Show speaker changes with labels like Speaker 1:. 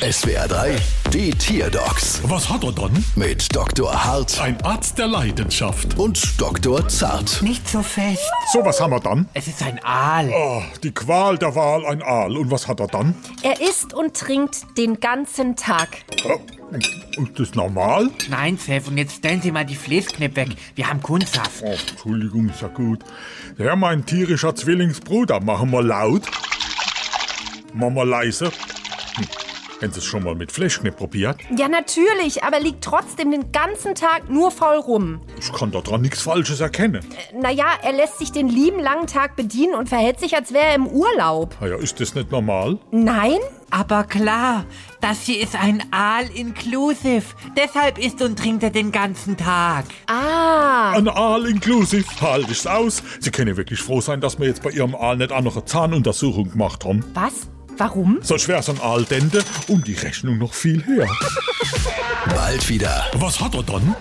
Speaker 1: SWR 3, die Tierdocs
Speaker 2: Was hat er dann?
Speaker 1: mit Dr. Hart
Speaker 2: Ein Arzt der Leidenschaft.
Speaker 1: und Dr. Zart.
Speaker 3: Nicht so fest.
Speaker 2: So, was haben wir dann?
Speaker 3: Es ist ein Aal.
Speaker 2: Oh, die Qual der Wahl, ein Aal. Und was hat er dann?
Speaker 4: Er isst und trinkt den ganzen Tag.
Speaker 2: Oh, ist das normal?
Speaker 3: Nein, Chef, und jetzt stellen Sie mal die Fleesknepp weg. Wir haben Kunsthaft.
Speaker 2: Oh, Entschuldigung, ist ja gut. Ja, mein tierischer Zwillingsbruder, machen wir laut. Machen wir leise. Hm. Haben Sie es schon mal mit Fleischknepp probiert?
Speaker 4: Ja, natürlich, aber liegt trotzdem den ganzen Tag nur faul rum.
Speaker 2: Ich kann daran nichts Falsches erkennen.
Speaker 4: Äh, Naja, er lässt sich den lieben langen Tag bedienen und verhält sich, als wäre er im Urlaub.
Speaker 2: Na Ah ja, ist das nicht normal?
Speaker 4: Nein?
Speaker 3: Aber klar, das hier ist ein Aal inclusive. Deshalb isst und trinkt er den ganzen Tag.
Speaker 4: Ah,
Speaker 2: Ein Aal inclusive, halt ich's aus. Sie können wirklich froh sein, dass wir jetzt bei Ihrem Aal nicht auch noch eine Zahnuntersuchung gemacht haben.
Speaker 4: was? Warum?
Speaker 2: So schwer so ein Aal dente und die Rechnung noch viel höher.
Speaker 1: Bald wieder.
Speaker 2: Was hat er dann?